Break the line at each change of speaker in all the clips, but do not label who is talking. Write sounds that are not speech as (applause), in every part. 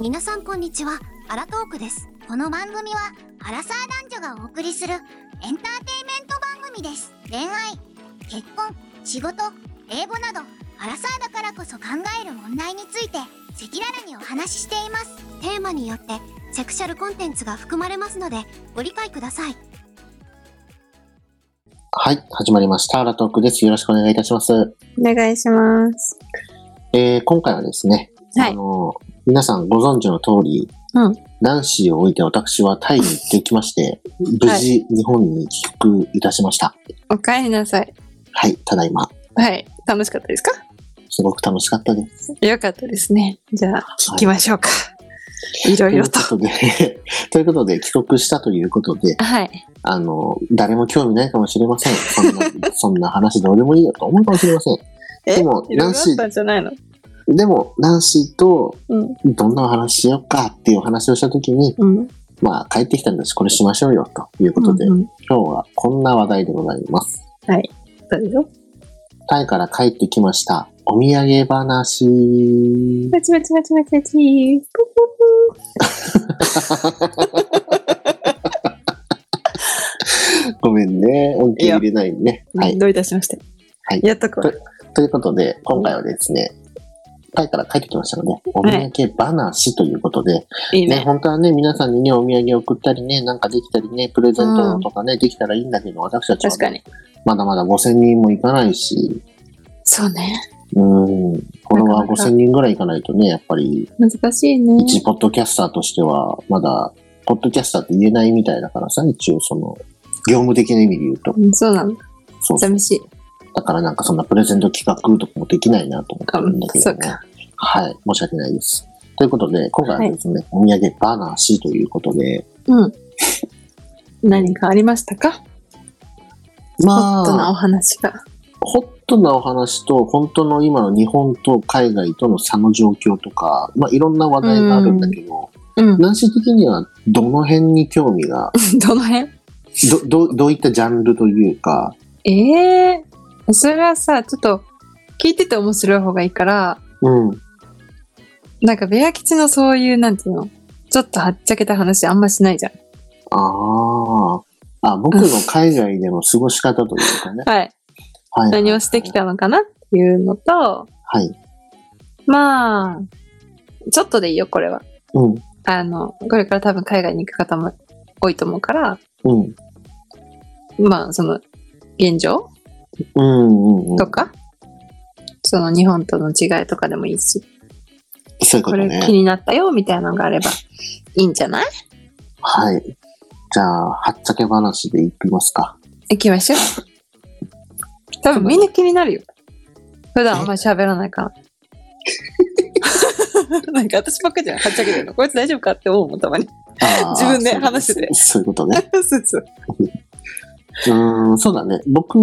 皆さんこんにちはアラトークですこの番組はアラサー男女がお送りするエンターテインメント番組です恋愛結婚仕事英語などアラサーだからこそ考える問題について赤裸々にお話ししていますテーマによってセクシャルコンテンツが含まれますのでご理解ください
はい、始まりました。アラトークです。よろしくお願いいたします。
お願いします。
えー、今回はですね、
はい
あのー、皆さんご存知の通り、
うん
ナンシーを置いて私はタイに行ってきまして、無事日本に帰国いたしました。
お帰りなさい。
はい、ただいま。
はい。楽しかったですか
すごく楽しかったです。
よかったですね。じゃあ、
はい
聞きましょうか。いろ
と
い
いう
ろ。
こととで、 (laughs) ということで、帰国したということで、
はい。
あの、誰も興味ないかもしれません。そん
(laughs)
な、そんな話どうでもいいよと思うかもしれません。
え
でも、
い
ナ
ろい
ン
ろ
シ
あっ
ー
たんじゃないの
でも、ナンシーと
うん。
どんなお話しようかっていうお話をしたときに、
うん。
まあ、帰ってきたんだし、これしましょうよ、ということで、
うんうん
今日はこんな話題でございます。
はい。どうぞ。
タイから帰ってきました。お土産話。
パチパチパチパチパチ。ぷぷぷ
ごめんね。音響入れないね。はい。
どういたしまして。
はい
やっとこう。
ということで、今回はですね、タイから帰ってきましたので、お土産話ということで、
いい
ね、
ね。
本当はね、皆さんにね、お土産送ったりね、なんかできたりね、プレゼントとかね、できたらいいんだけど、私たちは
確
ね、
かに。
まだまだ5000人もいかないし、
そうね。
うん、フォロワー
なかなか
5000人ぐらいいかないとね、やっぱり
難しいね。
一ポッドキャスターとしては、まだ、ポッドキャスターって言えないみたいだからさ、一応その、業務的な意味で言うと。
うん、そうなんだ。
そうそう
寂しい。
だからなんかそんなプレゼント企画とかもできないなと思ってるんだけど、ね。
あ
はい。申し訳ないです。ということで、今回はですね、お土産話ということで、 (laughs)
うん。何かありましたか
ま
ホットなお
あ、
話が。
ホットなお話と、本当の今の日本と海外との差の状況とか、まあいろんな話題があるんだけど、
うん。
男子的にはどの辺に興味が、
(laughs) どの辺
ど、ど、どういったジャンルというか、
ええそれはさ、ちょっと聞いてて面白い方がいいから、
うん。
なんかベア吉のそういう、なんていうの、ちょっとはっちゃけた話あんましないじゃん。。
あーあ、僕の海外での過ごし方というかね
(laughs) はい。
はい
何をしてきたのかなっていうのと、
はい。
まあ、ちょっとでいいよ、これは。
うん。
あの、これから多分海外に行く方も多いと思うから、
うん。
まあ、その、現状
うんうんうん。
とか、その日本との違いとかでもいいし、
そういうこ
ことれ気
ね。
になったよみたいなのがあればいいんじゃない
はい。じゃあ、はっちゃけ話でいきます
(laughs)
か。
行きましょう。多分みんな気になるよ。普段あんまり喋らないから。 (laughs) なんか私ばっかじゃん。はっちゃけてるの。こいつ大丈夫かって思うもん、た (laughs) まに。
あー
自分で
そう
話してて
そういうことね。
そうそう
うーん、そうだね。僕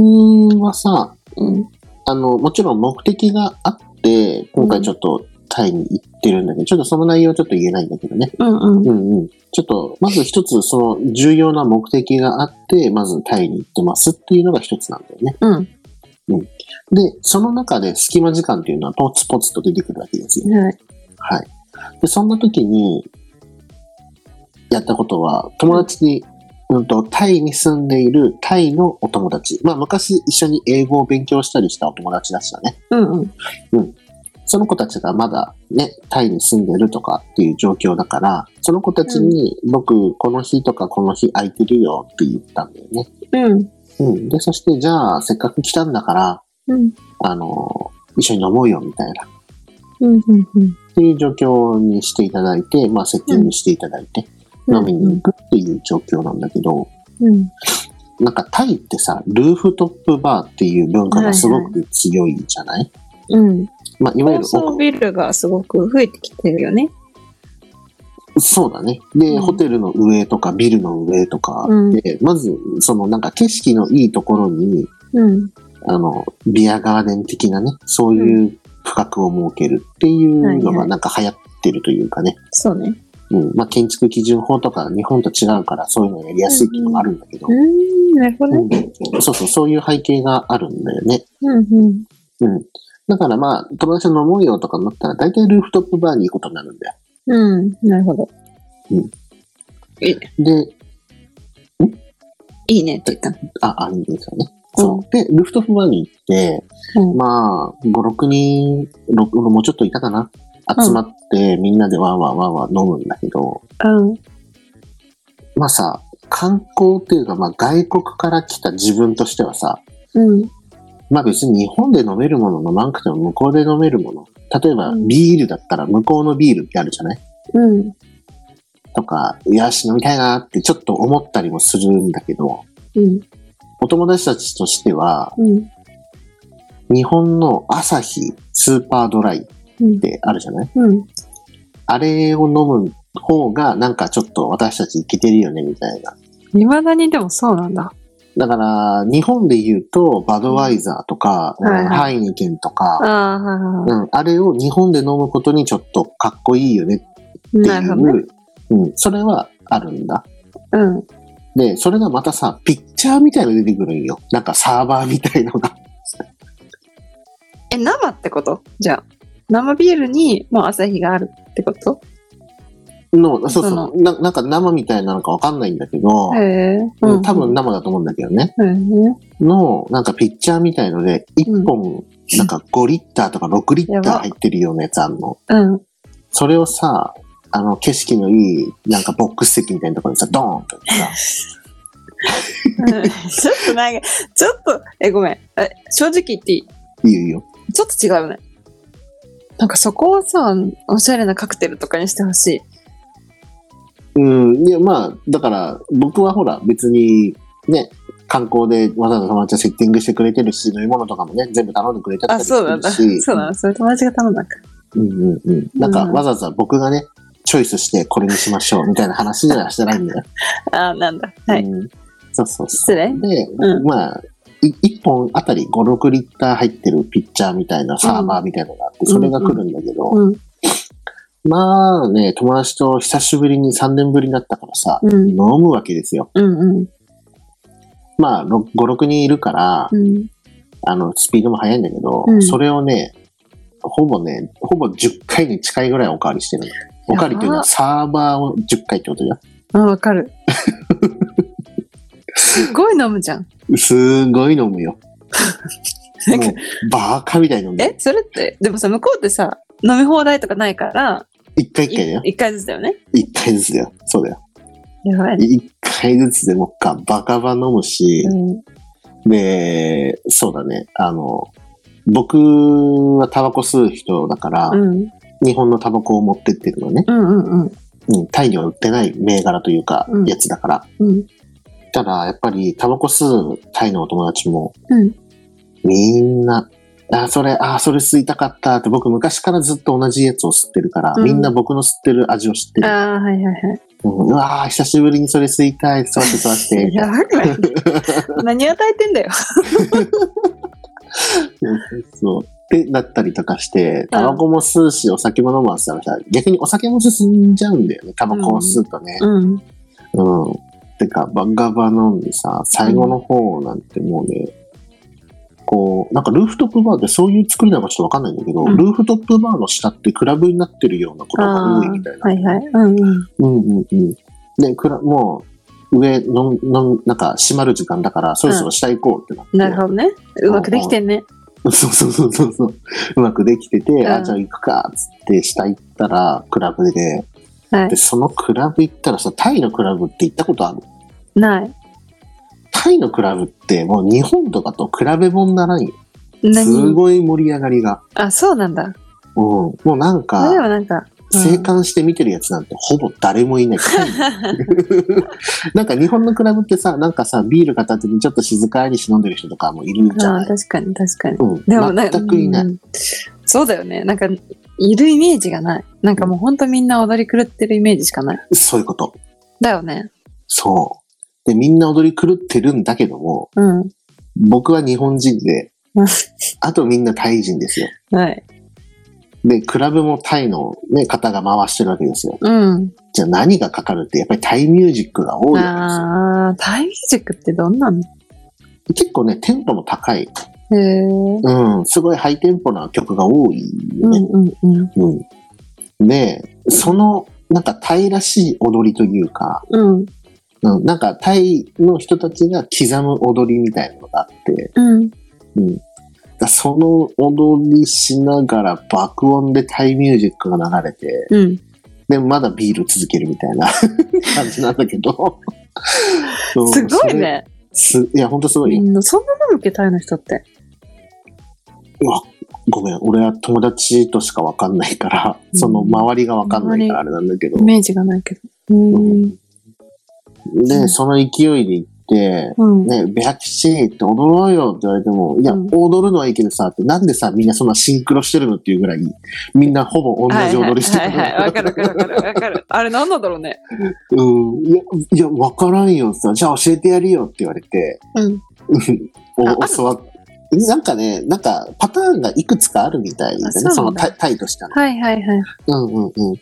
はさ、
うん。
あの、もちろん目的があって、今回ちょっとタイに行ってるんだけど、ちょっとその内容はちょっと言えないんだけどね。
うんうん。
うんうん。ちょっと、まず一つ、その重要な目的があって、まずタイに行ってますっていうのが一つなんだよね。
うん。
で、その中で隙間時間っていうのはポツポツと出てくるわけですよ。
はい。
はい。で、そんな時に、やったことは、友達に、うんと、タイに住んでいるタイのお友達。まあ、昔一緒に英語を勉強したりしたお友達だしたね。
うんうん。
その子たちがまだね、タイに住んでるとかっていう状況だから、その子たちに、僕、この日とかこの日空いてるよって言ったんだよね。う
うん。
ん。で、そして、じゃあ、せっかく来たんだから、
うん。
あの、一緒に飲もうよみたいな。
うん。うん。うん。
っていう状況にしていただいて、まあ、セッティングしていただいて、飲みに行くっていう状況なんだけど、
うん。
なんかタイってさ、ルーフトップバーっていう文化がすごく強いじゃない、
うん。
まあ、いわゆ
高
る
層ビルがすごく増えてきてるよね。
そうだね。で、
うん
ホテルの上とかビルの上とかで、まず、そのなんか景色のいいところに、
うん。
あの、ビアガーデン的なね、そういう区画を設けるっていうの
はいは
がなんか流行ってるというかね。
そうね。
うんまあ、建築基準法とか日本と違うからそういうのやりやすいっていうのがあるんだけど、
うん。なるほどね。
うんそうそう、そういう背景があるんだよね。
うん。うん。
うん。だからまあ、友達と飲もうよとかになったら大体ルーフトップバーに行くことになるんだよ。
うん、なるほど。
で、
いいねって言ったの。
あ、あれですよね。そう。で、ルフトフマに行って、
うん
まあ、5、6人、6もうちょっといたかな。集まって、みんなでワーワーワーワー飲むんだけど、
うん。
まあさ、観光っていうか、まあ外国から来た自分としてはさ、
うん。
まあ別に日本で飲めるもの飲まなくても向こうで飲めるもの。例えば
うん
ビールだったら向こうのビールってあるじゃない
うん。
とか、よし飲みたいなってちょっと思ったりもするんだけど、
うん。
お友達たちとしては、
うん。
日本の朝日スーパードライっ
うん。
てあるじゃない
うん。
あれを飲む方がなんかちょっと私たちいけてるよねみたいな。
未だにでもそうなんだ。
だから、日本で言うと、バドワイザーとか、
うんはいはい
ハイニケンとか、
ああ、はいはいは
うん、あれを日本で飲むことにちょっとかっこいいよねって
い。
いう、
なるほどね。
うん、それはあるんだ。
うん。
で、それがまたさ、ピッチャーみたいの出てくるんよ。なんかサーバーみたいのが。
え、生ってことじゃあ。生ビールにもう朝日があるってこと
のそう
そ
そ
の
うな。なんか生みたいなのかわかんないんだけど、
へえ。
うん多分。生だと思うんだけどね。
うん。
の、なんかピッチャーみたいので、1本、なんか5リッターとか6リッター入ってるようなやつあるの。
うん。 (laughs)
それをさ、あの、景色のいい、なんかボックス席みたいなところにさ、ドーンとさ、
うんちょっとなんか、ちょっと、え、ごめん。え正直言っていい
言うよ。
ちょっと違うよね。なんかそこはさ、おしゃれなカクテルとかにしてほしい。
うん、いや、まあ、だから、僕はほら、別に、ね、観光でわざわざ友達がセッティングしてくれてるし、飲み物とかもね、全部頼んでくれてた
あ、
り
そうなんだ。
するし、
そうなんだ。それ友達が頼んだんか。
うんうんうん。なんか、
うん
わざわざ僕がね、チョイスしてこれにしましょう、みたいな話じゃしてないんだよ。
あー、なんだ。はい。
うんそうそうそ
失礼
う。。で、
うん
まあ、1本あたり5、6リッター入ってるピッチャーみたいな、サーバーみたいなのがあって、それが来るんだけど、
うん。
まあね、友達と久しぶりに3年ぶりになったからさ、
うん。
飲むわけですよ。
うん。うん。
まあ、ろ5、6人いるから、
うん。
あの、スピードも速いんだけど、
うん
それをね、ほぼね、ほぼ10回に近いぐらいおかわりしてるの。おかわりというのはサーバーを10回ってことじゃ
あ、わか (laughs) る。すごい飲むじゃん。
ん。すごい飲むよ。
(laughs) なん
も
か
う、バーカみたいに飲む。
え、それって、でもさ、向こうってさ、飲み放題とかないから、
一回一回だ
い
よ。
一回ずつだよね。
一回ずつだよ。そうだよ。
やばいね。
一回ずつでもっか、バカバ飲むし、
うん。
で、そうだね。あの、僕はタバコ吸う人だから、
うん。
日本のタバコを持ってってるのね。
うんうん
うん、タイには売ってない銘柄というか、
うん
やつだから。
うん。うん。
ただ、やっぱり、タバコ吸うタイのお友達も、
うん
みんな、あ、それ、あ、それ吸いたかったって、僕昔からずっと同じやつを吸ってるから、
うん
みんな僕の吸ってる味を知ってる。
ああ、はいはいはい。
うんうわー久しぶりにそれ吸いたい、吸わせて吸わせて。
(laughs)
みたい
や
(laughs)
ばくない何与えてんだよ。
なそう。ってなったりとかして、タバコも吸うし、お酒も飲むわってたらさ、逆にお酒も進んじゃうんだよね、タバコを吸うとね。
うん。
うん。てか、バンガバ飲んでさ、最後の方なんてもうね、こう、なんかルーフトップバーってそういう作りなのかちょっとわかんないんだけど、
うん
ルーフトップバーの下ってクラブになってるようなことが多いみたいな。
はいはい。うんうん。
うんうんうん。で、クラもう、上、のん、のん、なんか閉まる時間だから、そろそろ下行こうってなって。
なるほどね。うまくできてんね。
(laughs) そうそうそうそうそう。うまくできてて、
う
あ、
ん
じゃあ行くか、つって下行ったら、クラブで、
は
で、そのクラブ行ったらさ、タイのクラブって行ったことある
い。ない。
タイのクラブってもう日本とかと比べ物ならんよ。す
何
ごい盛り上がりが。
あ、そうなんだ。
うん、もうなん
あでも
か、
なんか。うん
生還して見てるやつなんてほぼ誰もい (laughs) ない。なんか日本のクラブってさ、なんかさ、ビール片手にちょっと静かに忍んでる人とかもいるじゃ
あ
な
ー
い、
確かに確かに。
うん、
でもなんか
全くいない。
うんそうだよね。なんか、いるイメージがない。なんかもうほんとみんな踊り狂ってるイメージしかない。
そういうこと。
だよね。
そう。で、みんな踊り狂ってるんだけども、
うん。
僕は日本人で
うん、
あとみんなタイ人ですよ。
はい。
で、クラブもタイの、ね、方が回してるわけですよ。
うん。
じゃあ何がかかるって、やっぱりタイミュージックが多いわけですよ。
ああ、タイミュージックってどんなの
結構ね、テンポも高い。
へえ。
うん、すごいハイテンポな曲が多いよ
うん
ね。
うんうん。
うん。で、その、なんかタイらしい踊りというか、
うん。
うん、なんかタイの人たちが刻む踊りみたいなのがあって、
うん。
うん、だからその踊りしながら爆音でタイミュージックが流れて、
うん。
で、まだビール続けるみたいな (laughs) 感じなんだけど。そう
すごい。ね。
それすいや、ほんとすごい
み
よ。
んな、そんな飲むっけ、タイの人って。
うわごめん、俺は友達としかわかんないから、
うん
その周りがわかんないからあれなんだけど
イ。メージがないけど。うーん。う
で、
ん
その勢いで行って、
うん。
ね、ベアキシーって踊ろうよって言われても、いや、
うん
踊るのはいいけどさ、ってなんでさ、みんなそんなシンクロしてるのっていうぐらい、みんなほぼ同じ踊りして
はいはいはいはい。わかるわかるわかるわかる。あれなんなんだろうね。
うん、いや、いや、わからんよさ、じゃあ教えてやるよって言われて、
うん。
うん
ああ
お
る
教わっなんかね、なんかパターンがいくつかあるみたいでね、
あそう
そ
なんだ
のタイタイとしてはね。
はいはいはい。
うんうんうん。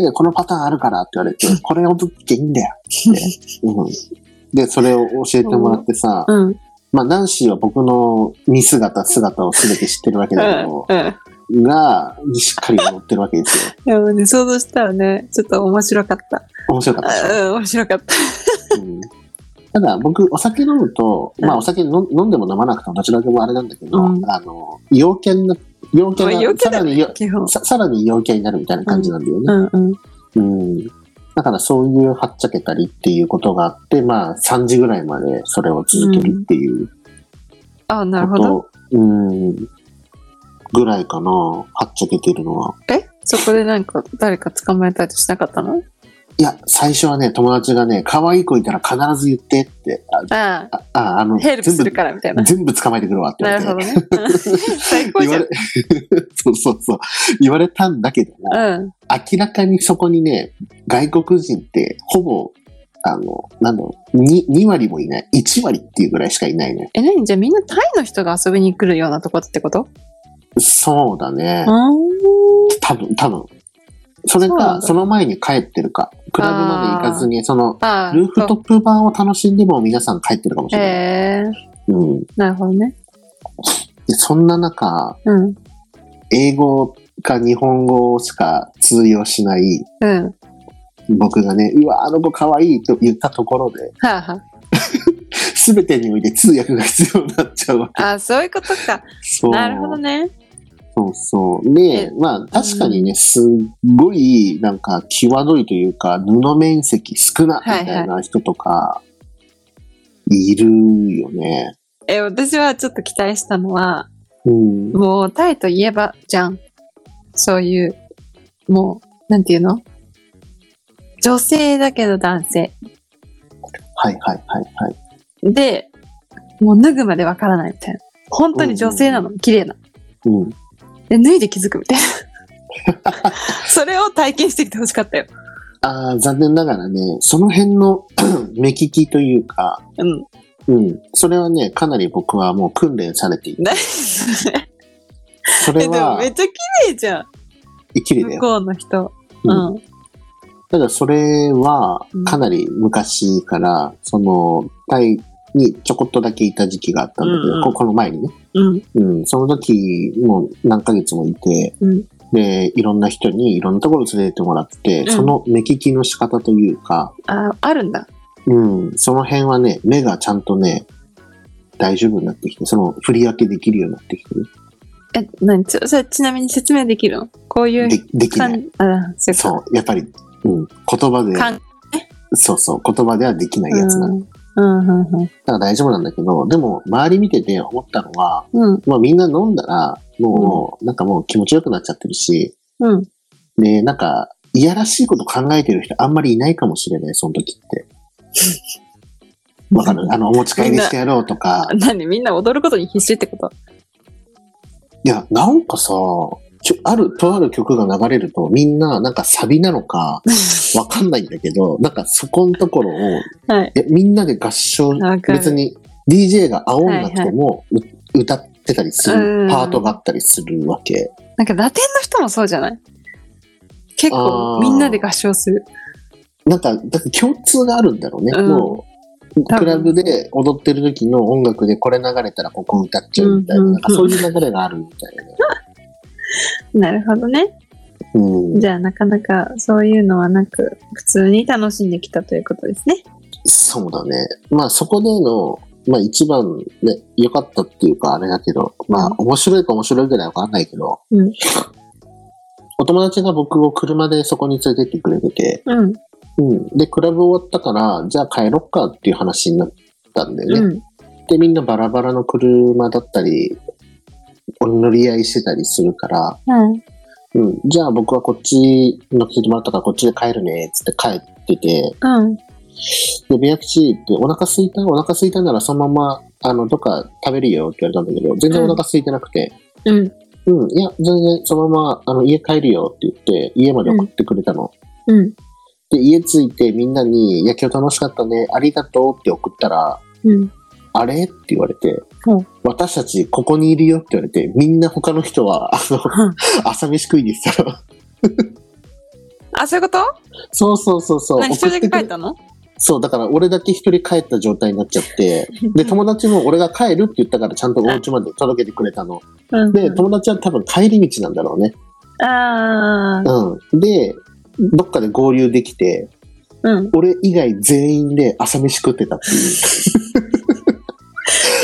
で、このパターンあるからって言われ
(laughs)
て、これ踊っていいんだよって。うん、で、それを教えてもらってさ、
うん。
まあ、ナンシーは僕の見姿、姿を全て知ってるわけだけど、
うん。
が、しっかり踊ってるわけですよ。
いやもうね、想像したらね、ちょっと面白かった。
面白かったでしょ
うん、面白か (laughs) った。
うんただ僕お酒飲むと、
うん
まあお酒の飲んでも飲まなくてもどちらでもあれなんだけど、
うん
あの陽キャにな陽キャ
まあ
が
陽キャ
さ
だ
らによ
基本。
ささらに陽キャになるみたいな感じなんだよ
う
ね、
んうん。
うんだからそういうはっちゃけたりっていうことがあってまあ3時ぐらいまでそれを続けるっていう
あ、なる
こ
ほど。
と、うんぐらいかなはっちゃけてるのは
えそこでなんか誰か捕まえたりしなかったの
いや最初はね友達がね可愛い子いたら必ず言ってって
あ
ああああ
あ、
の
ヘルプ
全
す
部
るからみたいな。
全部捕まえてくるわって言われ
なる
て
ほどね。 (laughs) 最高
言
じ
わ
ゃん
れ。、 (laughs) そうそうそう。言われたんだけども、
うん。
明らかにそこにね、外国人ってほぼ、あの、なんだろう、2, 2割もいない。1割っていうぐらいしかいないね。
え、何じゃあみんなタイの人が遊びに来るようなとこってこと
そうだね。
う
多分、多分。それ
そうなん
か、
だ
その前に帰ってるか、クラブまで行かずに、その、
ーん。ああ、
ルーフトッ
そ
プ版を楽しんでも皆さん帰ってるかもし
う
れない。
へえ
うん。で
なるほどね。
そんな中、
うん。
英語か日本語しか通用しない
うん。は
僕がね、うわ、あの子可愛いと言ったところで、
あ、は
すべてにおいて通訳が必要になっちゃうわ。
あ、あそういうことか。
そう。
なるほどね。
そうそう。で
え、
まあ確かにね、すっごい、なんか、際どいというか、布面積少な、み
はいはい
たいな人とか、いるよね。
え、私はちょっと期待したのは、
うん。
もうタイといえばじゃん。そういう、もう、なんていうの女性だけど男性。
はいはいはいはい。
で、もう脱ぐまでわからないみたいな。本当に女性なの、綺麗な。
うん。
で、脱いで気づくみたいな。 (laughs) それを体験してきてほしかったよ。
ああ、残念ながらね、その辺の (clears throat) 目利きというか、 (laughs)
うん。
うん。それはね、かなり僕はもう訓練されている。
何
そ
え、で
れ
も
は
め、っちゃ綺麗じゃん。
生きりだ
向
よ。
こうの人。
う
うんん。
ただそれは
うん
かなり昔から、そのタイにちょこっとだけいた時期があったんだけど、
うんうん
ここの前にね、
うん。
うん、その時も何ヶ月もいて
うん。
でいろんな人にいろんなところ連れてってもらって、
うん
その目利きの仕方というか、
あ、あるんだ。
うん、その辺はね目がちゃんとね大丈夫になってきてその振り分けできるようになってきてね
え、何ちょ、それちなみに説明できるのこういう
でできない
感あ、そういうこと
そうやっぱり、うん、言葉で
感
そうそう言葉ではできないやつなの、だ
うんうんうんうん
から大丈夫なんだけどでも周り見てて思ったのは
うん
まあ、みんな飲んだら、もう、なんかもう気持ちよくなっちゃってるし、
うん
で、なんか、いやらしいこと考えてる人あんまりいないかもしれない、その時って。わかるあの、お持ち帰りしてやろうとか
あ。何みんな踊ることに必死ってこと
いや、なんかさ、ちょある、とある曲が流れると、みんな、なんかサビなのか、わかんないんだけど、なんかそこのところを、
はい
えみんなで合唱、
わかる
別に DJ が煽んなくても、う歌ってたりす
う
る
ん
パートがあったりするわけ。
なんかラテンの人もそうじゃない結
あ
構
ー
みんなで合唱する
なんか、だから共通があるんだろうね。
うん
もう、
多分
クラブで踊ってる時の音楽でこれ流れたらここ歌っちゃうみたいな、
うんうん
なんかそういう流れがあるみたいな。
なるほどね
うん。
じゃあ、なかなかそういうのはなく、普通に楽しんできたということですね。
そうだね。まあそこでの、まあ一番ね、良かったっていうかあれだけど、まあ面白いか面白いぐらいわかんないけど、
うん
お友達が僕を車でそこに連れてってくれてて、
うん。
うん。で、クラブ終わったから、じゃあ帰ろっかっていう話になったんだよね。
うん。
で、みんなバラバラの車だったり、お乗り合いしてたりするから、
はい。
うん。じゃあ僕はこっち乗っけてもらったからこっちで帰るね、つって帰ってて、
うん。
で、宮吉って、お腹空いたお腹空いたならそのまま、あの、どっか食べるよって言われたんだけど、全然お腹空いてなくて、
うん。
うん、いや、全然そのまま、あの、家帰るよって言って、家まで送ってくれたの。
うん。
で、家着いてみんなに、いや、今日楽しかったね、ありがとうって送ったら、
うん。
あれって言われて、
うん
私たちここにいるよって言われて、みんな他の人は、あの、朝飯食いに行ってたの。
あ、そういうこと
そうそうそうそう。
何一人だけ帰
送って
っ
くれ
たの
そう、だから俺だけ一人帰った状態になっちゃって、で、友達も俺が帰るって言ったからちゃんとお家まで届けてくれたの。
うん
で、友達は多分帰り道なんだろうね。
ああ。
うん。で、どっかで合流できて、
うん。
俺以外全員で朝飯食ってたって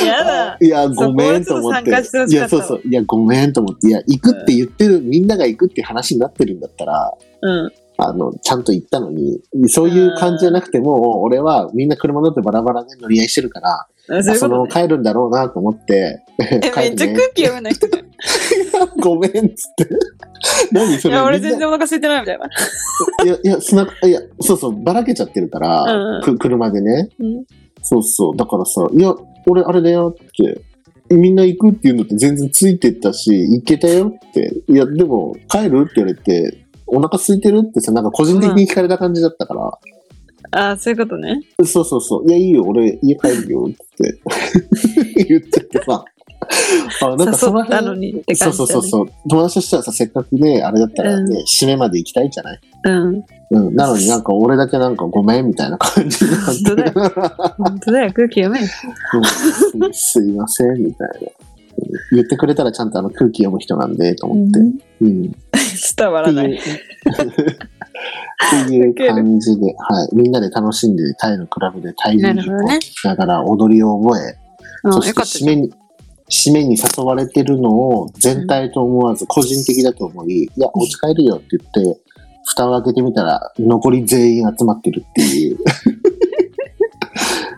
やだ。
いう。いや、ごめんと思って。
そこはちょっと参加してほ
い
しか
や、
った
そう
わ
そう。いや、ごめんと思って。いや、行くって言ってる、みんなが行くって話になってるんだったら、
うん。
あの、ちゃんと行ったのに、そういう感じじゃなくても、俺はみんな車乗ってバラバラで乗り合いしてるから、
あそういう
そ
こ
の
と
まま
ね。
帰るんだろうなと思って、
(laughs) え、めっちゃ空気読めない人じゃん。い
ごめんっつって。 (laughs) 何それ
や、俺
みんな
全然お腹空いてないみたいな。
いや、いや、スナいや、そうそう、ばらけちゃってるから、
うんうん
く車でね。
うん
そうそう、だからさ、いや、俺あれだよって、みんな行くっていうのって全然ついてったし、行けたよって、いや、でも、帰るって言われて、お腹空いてるってさ、なんか個人的に聞かれた感じだったから、
ああ、そういうことね。
そうそうそう、いや、いいよ、俺、家帰るよって (laughs) 言っててさ、あ
誘ったのにって
そ
感
う
じ
そうそ
だね。
うそう、友達としてはさ、せっかくね、あれだったらね、締めまで行きたいじゃない
うん。
うん、なのになんか俺だけなんかごめんみたいな感じになって
本当だ本当だよ、空気読めない。
うんすいませんみたいな。うん言ってくれたらちゃんとあの空気読む人なんでと思って。うん。って
伝わらない。
いうっていう感じで、はい。みんなで楽しんで、タイのクラブでタイ
な
人
るほどね
をしながら踊りを覚え、
うん
そ
よ
し
か
て
っ
締
たじゃ
め
ん
に、締めに誘われてるのを全体と思わず個人的だと思い、いや、持ち帰るよって言って、蓋を開けてみたら、残り全員集まってるって
(laughs)
いう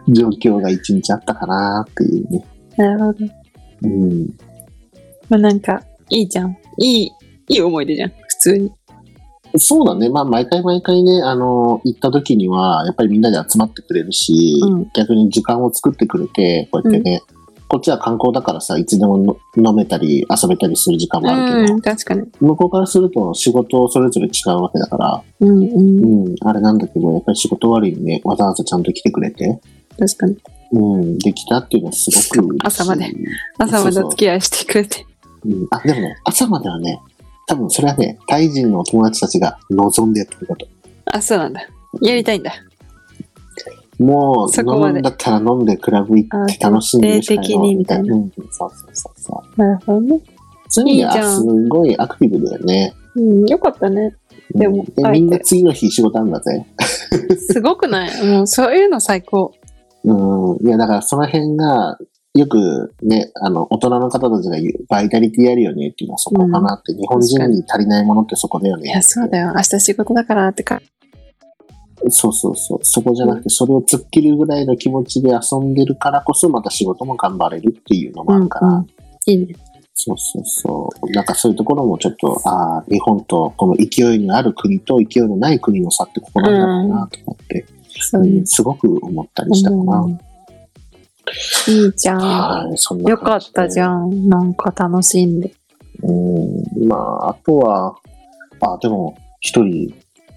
状況が一日あったかなっていうね。
なるほど。
うん。
まあなんか、いいじゃん。いい、いい思い出じゃん。普通に。
そうだね。まあ、毎回毎回ね、あの、行った時には、やっぱりみんなで集まってくれるし、
うん
逆に時間を作ってくれて、こうやってね、こっちは観光だからさ、いつでもの飲めたり遊べたりする時間もあるけど、
うん、確かに。
向こうからすると仕事それぞれ違うわけだから、
うん、
う
うん。
ん、あれなんだけど、やっぱり仕事終わりにね、わざわざちゃんと来てくれて、
確かに。
うん、できたっていうのはすごく嬉しい。
朝まで。朝までお付き合いしてくれて。
うん、あ、でもね、朝まではね、多分それはね、タイ人のお友達たちが望んでやってること。
あ、そうなんだ。やりたいんだ。
もう、
そこま
飲
で
んだったら飲んでクラブ行って楽しんでるしかない
あ徹底的にみたいな
うん、そうそうそうそう。
なるほどね。
そういう意
いい
味
じ
では、
ゃん
すごいアクティブだよね。
うん、よかったね。
うん
でも
で、みんな次の日仕事あるんだぜ。
すごくないもうそういうの最高。
うん。いや、だからその辺が、よくね、あの、大人の方たちが言う、バイタリティあるよねっていうのはそこかなって、日本人に足りないものってそこだよね。
いや、そうだよ。明日仕事だからってか。
そうそうそう。そこじゃなくて、それを突っ切るぐらいの気持ちで遊んでるからこそ、また仕事も頑張れるっていうのもあるから、
うんうんいいね。
そうそうそう。なんかそういうところもちょっと、ああ、日本とこの勢いのある国と勢いのない国の差ってここなんだろうなとかって、
そう
う
いうん
すごく思ったりしたか
う
な。
んいいじゃん。
はい、そんな
よかったじ
ん。
ゃん。なんか楽しんで。
うん。まあ、あとは、あ、でも、一人、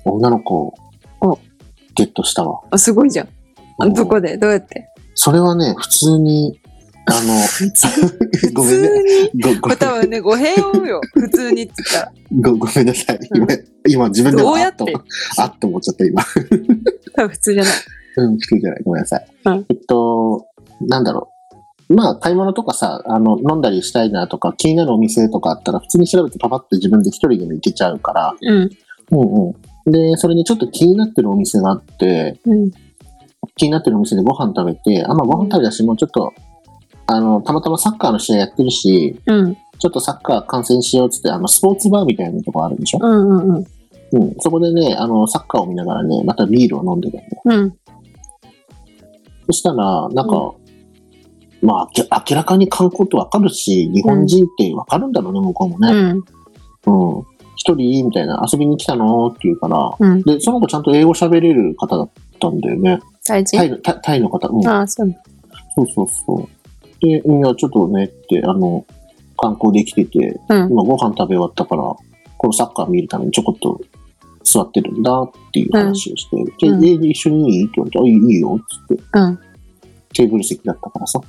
女の子
お
をゲットしたわ。
あ、すごいじゃん。あ
うん
どこでどうやって
それはね、普通に、あ
(laughs)
の、ごめんね。
に。
ごご
(laughs) これ多分ね、語弊を生むよ。普通にって言ったら。
ごごめんなさい。
うん
今、今自分で
ど
も
う
あ
や
っ
って
と、あっと思っちゃった今。
多分普通じゃない。
うん、聞くじゃない。ごめんなさい。
うん
えっと、なんだろう。まあ、買い物とかさ、あの、飲んだりしたいなとか、気になるお店とかあったら、普通に調べてパパッと自分で一人でも行けちゃうから、
うん。
うんうん。で、それにちょっと気になってるお店があって、
うん。
気になってるお店でご飯食べて、あ、まあご飯食べたし、もうちょっと、あの、たまたまサッカーの試合やってるし、
うん。
ちょっとサッカー観戦しようっつって、あの、スポーツバーみたいなとこあるでしょ
うん。うん。
うん。そこでね、あの、サッカーを見ながらね、またビールを飲んでたのね。
うん。
そしたら、なんか、まあ、明明らかに観光ってわかるし、日本人ってわかるんだろうね、向こうも
う
ね。
ん。
うん。一人みたいな、遊びに来たのって言うから、
うん。
で、その子ちゃんと英語喋れる方だったんだよね。
最
タ
近
イのタタイの方。うん。
ああ、そう。
そうそうそう。で、みんなちょっとねって、あの、観光できてて、
うん。
今ご飯食べ終わったから、このサッカー見るためにちょこっと座ってるんだっていう話をして、
うん
で、で一緒にいいって言われて、あ、いいいいよっつって、
うん。
テーブル席だったからさ。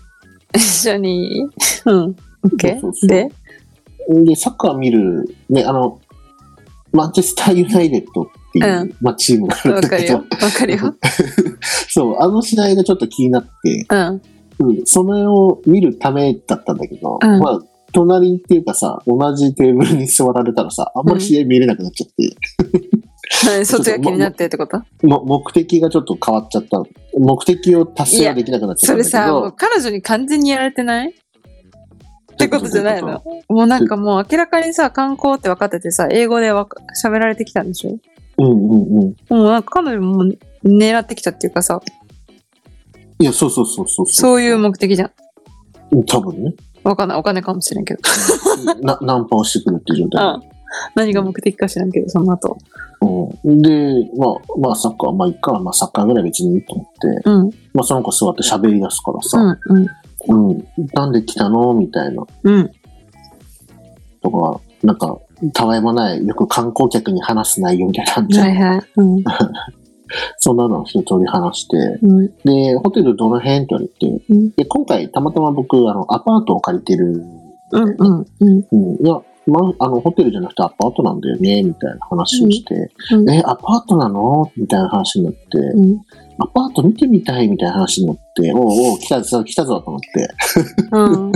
一緒に。うん。オッケ
そうそうそう
ー。で
で、サッカー見る、ね、あの、マンチェスターユナイテッドっていう、
うん
まあ、チームがあるん
わ
だ
か
け
る
ど
よ。、わかるよ。
そう、あの試合がちょっと気になって、
(laughs) うん。
うん、それを見るためだったんだけど、
うん
まあ、隣っていうかさ、同じテーブルに座られたらさ、あんまり試合見れなくなっちゃって、
卒が気になってってこと
も目的がちょっと変わっちゃった。目的を達成はできなくなっちゃ
そ
ったん
れ
だけ
さ、も
ど
う、彼女に完全にやられてないってことじゃないの
ど
もうなんかもう明らかにさ、観光って分かっててさ、英語でわか喋られてきたんでしょ
ういうことうんうんうん。
もうなんか彼女も狙ってきたっていうかさ、
いや、そうそうそうそう。
そういう目的じゃん。
うん。多分
(laughs)
ね。
わかんない。お金かもしれんけど。
なナンパをしてくるっていう状態。
うん。何が目的か知らんけど、その後。
うん、で、まあ、まあ、サッカー、まあ、いっか、まあ、サッカーぐらい別にいいと思って、
うん。うん。
まあ、その子座って喋り出すからさ、
うん。
うん、なんで来たのみたいな、
うん。
とか、なんか、たわいもない、よく観光客に話す内容みたいなんじゃ
は
ん。
いはい。うん。
(laughs) そんなのを一通り話して、
うん。
で、ホテルどの辺って言われて、
うん
で、今回、たまたま僕、あの、アパートを借りてる、
うん。うん。うん。
うん、いや、ま、あの、ホテルじゃなくてアパートなんだよね、みたいな話をして、
うんうん
え、アパートなのみたいな話になって、
うん。
アパート見てみたいみたいな話になって、おうおう、来たぞ、来たぞと思って、
うん。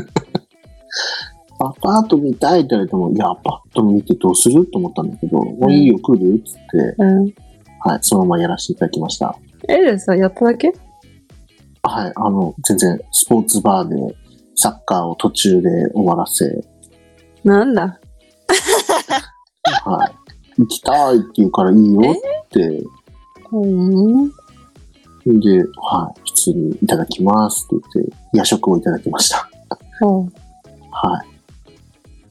アパート見たいって言われても、いや、アパート見てどうすると思ったんだけど、もういいよ、来るっつって、
うん。
はい、そのままやらせていただきました。
え、でさ、やっただけ
はい、あの、全然、スポーツバーで、サッカーを途中で終わらせ、
なんだ
はい、行きたいって言うからいいよって、
うん。
で、はい、普通にいただきますって言って、夜食をいただきました。
ほ
はい。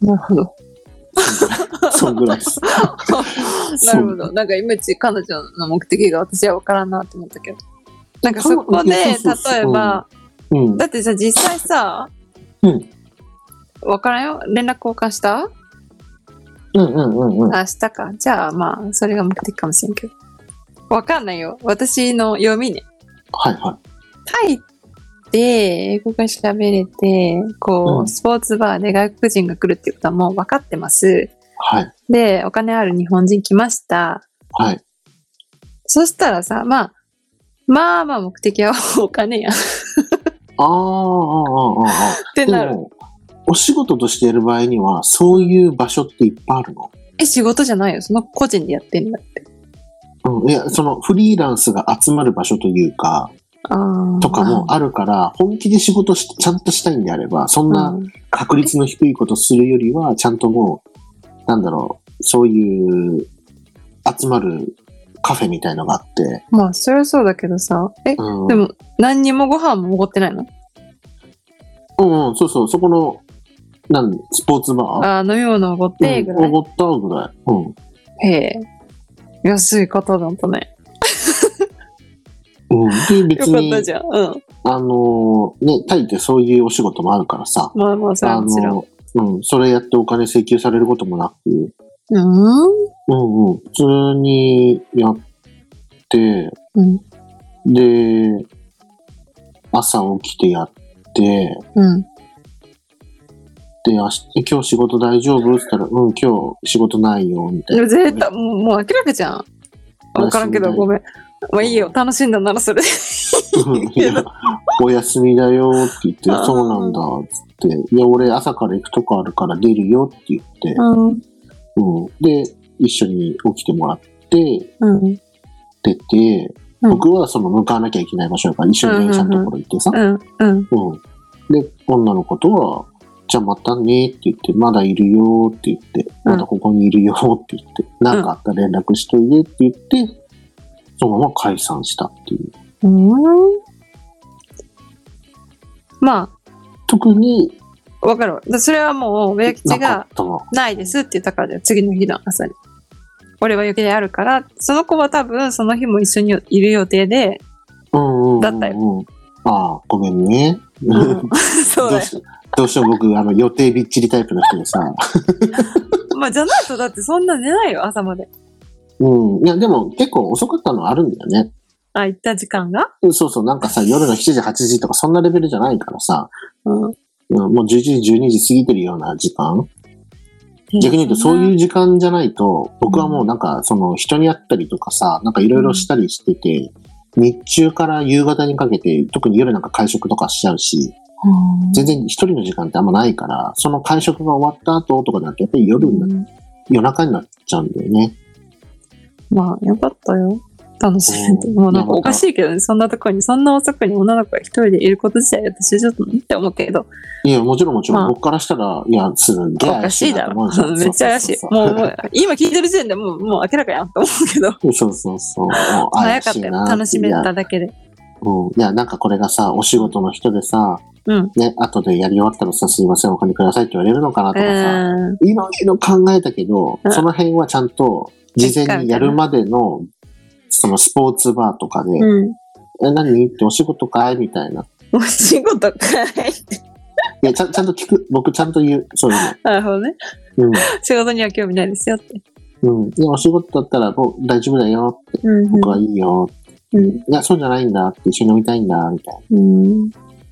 うなるほど。
そんぐらい
(laughs)
です。
なるほど。なんかいまいち彼女の目的が私は分からんなと思ったけど。なんかそこで、
い
例
やそうそうそう
えば、
うん。
だってさ、実際さ、
うん。
分からんよ。連絡交換した
うんうんうんうん。
あ、したか。じゃあまあ、それが目的かもしれんけど。分かんないよ。私の読みね。
はいは
タイで英語が喋れて、こう、
うん
スポーツバーで外国人が来るっていうことはもう分かってます。
い。はい。
で、お金ある日本人来ました。
はい。
そしたらさ、まあ、まあまあ目的はお金やんっ
あーあー、あーあー、ああ。
て
で
なる。
も、お仕事としてやる場合には、そういう場所っていっぱいあるの。
え、仕事じゃないよ。その個人でやってんだって。
うん、いや、そのフリーランスが集まる場所というか、
あー
とかもあるから、本気で仕事し、ちゃんとしたいんであれば、そんな
うん
確率の低いことするよりは、ちゃんともう、なんだろう、そういう、集まるカフェみたいのがあって、
まあ、そりゃそうだけどさ。え、
うん、
でも、何にもご飯もおごってないの
うんうん、そうそう、そこの、なんスポーツバー
あー飲み物おごって、ぐら
うん、おごったぐらい。うん。
い。へえ。安い方だったね。
うん、で、別
よかっ
に、
たじゃん。うん。
あのーね、タイってそういうお仕事もあるからさ、
まあまあ、それは
あ
もちろん。
の、うん、それやってお金請求されることもなく、
う
うんうん、普通にやって、
ーん。うん。
で、朝起きてやって、
うん。
で、明日今日仕事大丈夫って言ったら、うん、今日仕事ないよ、みたいな。
でも絶対、もうもう明らかじゃん。わからんけど、ごめん。まあいいよ。楽しんだならそれで。
うんいやお休みだよって言って、
あー
そうなんだっつって、いや、俺朝から行くとこあるから出るよって言って、
うん。
うん、で、一緒に起きてもらって、
うん。
出て、
うん
僕はその向かわなきゃいけない場所だから、一緒に電車のところ行ってさ、
うん。うん。
うん。で、女の子とは、じゃあまたねって言って、まだいるよって言って、まだここにいるよって言って、なんかあったら連絡しといでって言って、そのまま解散したっていう。
うん。ま
特に、
あ、わかるわ。それはもう、親吉
なか
が
っ、たの。
ないですって言ったからだよ。次の日の朝に。俺は予定あるから、その子は多分その日も一緒にいる予定で、
うんうんうんうん
だったよ。
ああ、ごめんね。
(laughs)
(laughs)
そ
ど
うだ
う
よ。
しどうしよう僕、あの、予定びっちりタイプの人でさ。
まあじゃないとだってそんな寝ないよ、朝まで。
うん。いや、でも結構遅かったのはあるんだよね。
あ、行った時間が
うんそうそう、なんかさ、夜の7時、8時とかそんなレベルじゃないからさ、
うん。。
うんもう11時、12時過ぎてるような時間。逆に言うと、そういうう時間じゃないと、僕はもうなんか、その、人に会ったりとかさ、なんかいろいろしたりしてて、日中から夕方にかけて、特に夜なんか会食とかしちゃうし、全然一人の時間ってあんまないから、その会食が終わった後とかだと、やっぱり夜にな、
うん
夜中になっちゃうんだよね。
まあ、よかったよ。楽しめて。
うん
もうなん
いやま
か
た
おかしいけどね、そんなとこに、そんな遅くに女の子が一人でいること自体、私ちょっとんって思うけど、
いや、もちろんもちろん、
まあ
僕からしたら、いや、すん
お
げえ
か
怪
し
し
い
いな
だ
と
ろ
思うじゃ。ん。
めっちゃ怪しい。
そうそうそう
もう、もう今聞いてる時点でもう、もう明らかやんと思うけど。 (laughs)
そうそうそう。もう
早
怪
かっ
したい
よ。
な
楽しめ
いや
ただけで。
うん。いや、なんかこれがさ、お仕事の人でさ、
うん。
ね、後でやり終わったらさ、すいません、お金くださいって言われるのかなとかさ、
うん。
いろいろ考えたけど
う、ん
その辺はちゃんと、事前にやるまでの、そのスポーツバーとかで、
うん。
え、何ってお仕事かいみたいな。
お仕事かい。 (laughs)
いや、ちゃんちゃんと聞く、僕ちゃんと言う、そういう
なるほどね。
の。
仕事には興味ないですよって。
うん。うん。いや、お仕事だったらもう大丈夫だよって、
うん。
僕はいいよ。
うん。
いや、そうじゃないんだって、一緒に飲みたいんだ、みたい
うん。よ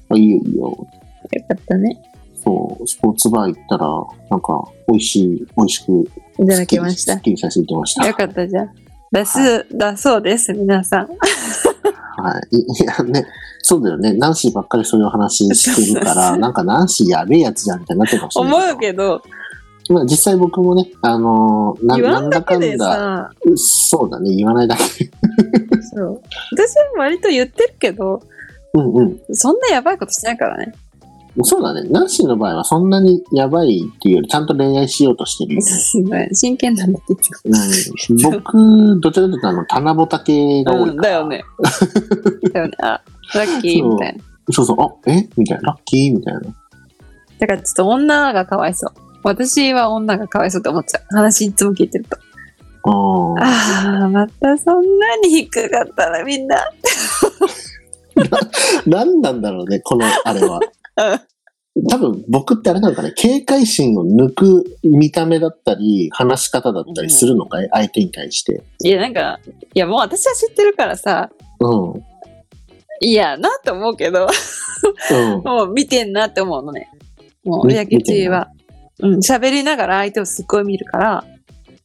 な。いいよ、いいよ。
かったね。
そう、スポーツバー行ったら、なんか、美味しい、美味しく、
い
い
ただきまし。
すったきりさせていただきました。
よかったじゃん。だす、だそうです、皆さん。
はい。 (laughs) いいや、ね、そうだよね。ナンシーばっかりそういう話してるか
そうそうそ
ら、
う
なんかナンシーやべえやつじゃんみたいになってるかもしれない。
思うけど、
まあ実際僕もね、あのーな
言わ
なんん
だ
だ
け
かん
で
だ、
さ、
そうだね、言わないだけ。
そう。私は割と言ってるけど、
うんうん。
そんなやばいことしないからね。 (laughs)
そうだね。ナンシーの場合はそんなにやばいっていうより、ちゃんと恋愛しようとしてるよね。
すごい真剣なんだって言
うん、僕、
(laughs)
どちらかというと、あの、棚ぼた系が多いから、
うん、だよね。だ (laughs) よね。あ、ラッキーみたいな。
そうそう、あ、えみたいな。ラッキーみたいな。
だからちょっと女がかわいそう。私は女がかわいそうって思っちゃう。話いつも聞いてると。
ああ。
ああ、またそんなに引っかかったらみんな。
何なんだろうね、このあれは。
うん
多分僕ってあれなのかね、警戒心を抜く見た目だったり、話し方だったりするのかい、相手に対して。
いや、なんか、いや、もう私は知ってるからさ、
うん。うん。
いやなと思うけど、 (laughs) もう見てんなって思うのね。もう、
み
親吉は。うん、喋りながら相手をすっごい見るから、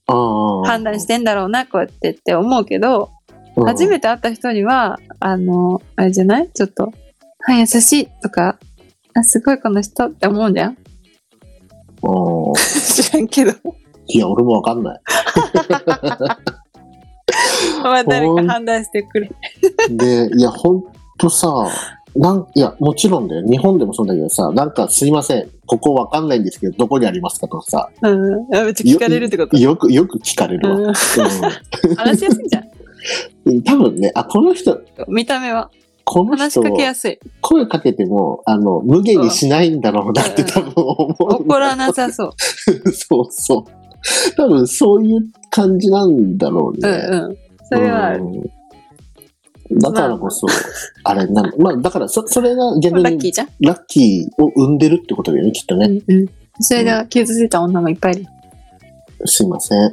ああ。
判断してんだろうな、こうやってって思うけど、
うん、
初めて会った人には、あの、あれじゃないちょっと、はい、優しいとか、あ、すごいこの人って思うじゃん
あー
(laughs) 知らんけど。
いや、俺もわかんない。
(laughs) まあ、誰か判断してくれ。
で、いや、ほんとさ、なんいや、もちろんだよ。日本でもそうだけどさ、なんかすいません、ここわかんないんですけど、どこにありますかとかさ、
うん。あめっちゃ聞かれるってこと。
よく、よく聞かれるわ。
うん話しやすいじゃん。
うん、多分ね、あ、この人、
見た目 (laughs) は。
この人、
話しかけやすい。
声かけても、あの、無限にしないんだろうなって多分思う。
怒らなさそう。
(laughs) そうそう。多分そういう感じなんだろう
う
ね。
んうん。 (laughs) それはある。
うんだからこそ、あれなんまあだからそ、それが逆
ラッキ
に
ーじゃん。
ラッキーを生んでるってことだよね、きっとね。
うんうん。それが傷ついた女もいっぱいいる。
すいません。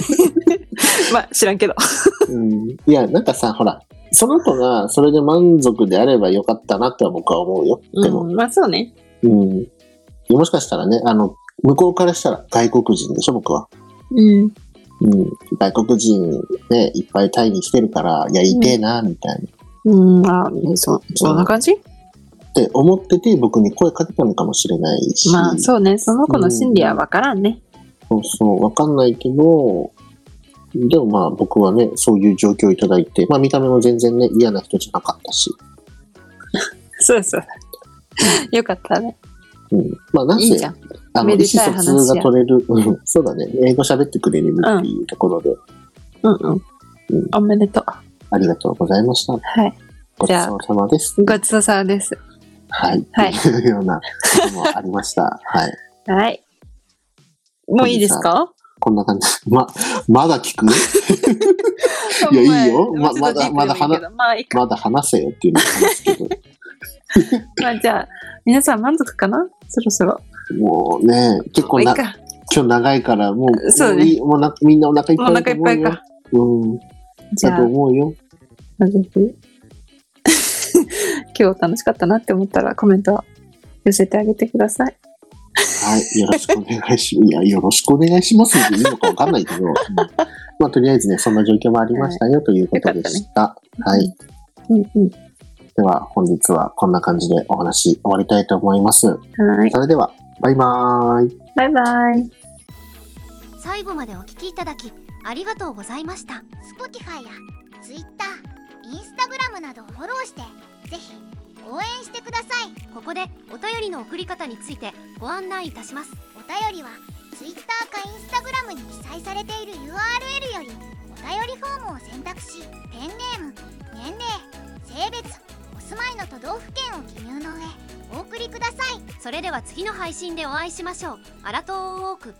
(laughs) まあ、知らんけど。
うん、いや、なんかさ、ほら、その子がそれで満足であればよかったなっては僕は思うよ。でも、
うん、まあそうね。
うん。もしかしたらね、あの、向こうからしたら外国人でしょ、僕は。
うん。
うん、外国人ね、いっぱいタイに来てるから、いや、いてえな、みたいな。
うん、あ、ねそ、そんな感じ
って思ってて僕に声かけたのかもしれないし、
まあ、そうね。その子の心理はわからんね。
そうそう、わかんないけど、でもまあ僕はね、そういう状況をいただいて、まあ見た目も全然ね、嫌な人じゃなかったし、
そうそう。 (laughs) よかったね。
うん。まあなんせ、
いいじゃん。
あの、意
め
思
でたい
疎通が取れる、うん、そうだね、英語喋ってくれるっていうところで、
うんうん
うん。
おめでとう。
ありがとうございました。
はい。
ごち
じゃあ
そうさまです。
ごちそうさまです。
はい。
はい
というようなこともありました。はい。
はい。もういいですか
こんな感じ。ま、まだ聞くいや
お前
いいよま
もうちょっとディープ
まだ
でもいいけどまあ、いいか。
まだ話せよっていうのもあるんですけど。
まあ、じゃあ、皆さん満足かなそろそろ。
もうね、結構
もういい
な、
か。
今日長いから、もう、
そうね
もいいもうなみんなお腹いっ
お
ぱいだと
腹いっ
思
ぱ
う
い
よ
か。
うん。
じゃ
だと思うよ。
あ、ぜひ。 (laughs) 今日楽しかったなって思ったらコメント寄せてあげてください。
はい。よろしくお願いし、いや、よろしくお願いしますっていいのかわかんないけ
(laughs)
ど、うんまあ、とりあえずね、そんな状況もありましたよということでした。はい。。
うんうん。
では、本日はこんな感じでお話終わりたいと思います。
はい。
それでは、バイバーイ。
バイバイ。
最後までお聞きいただきありがとうございました Spotify や Twitter、Instagram などをフォローしてぜひ応援してくださいここでお便りの送り方についてご案内いたしますお便りは Twitter か Instagram に記載されている URL よりお便りフォームを選択しペンネーム、年齢、性別、お住まいの都道府県を記入の上お送りくださいそれでは次の配信でお会いしましょうアラトーウォーク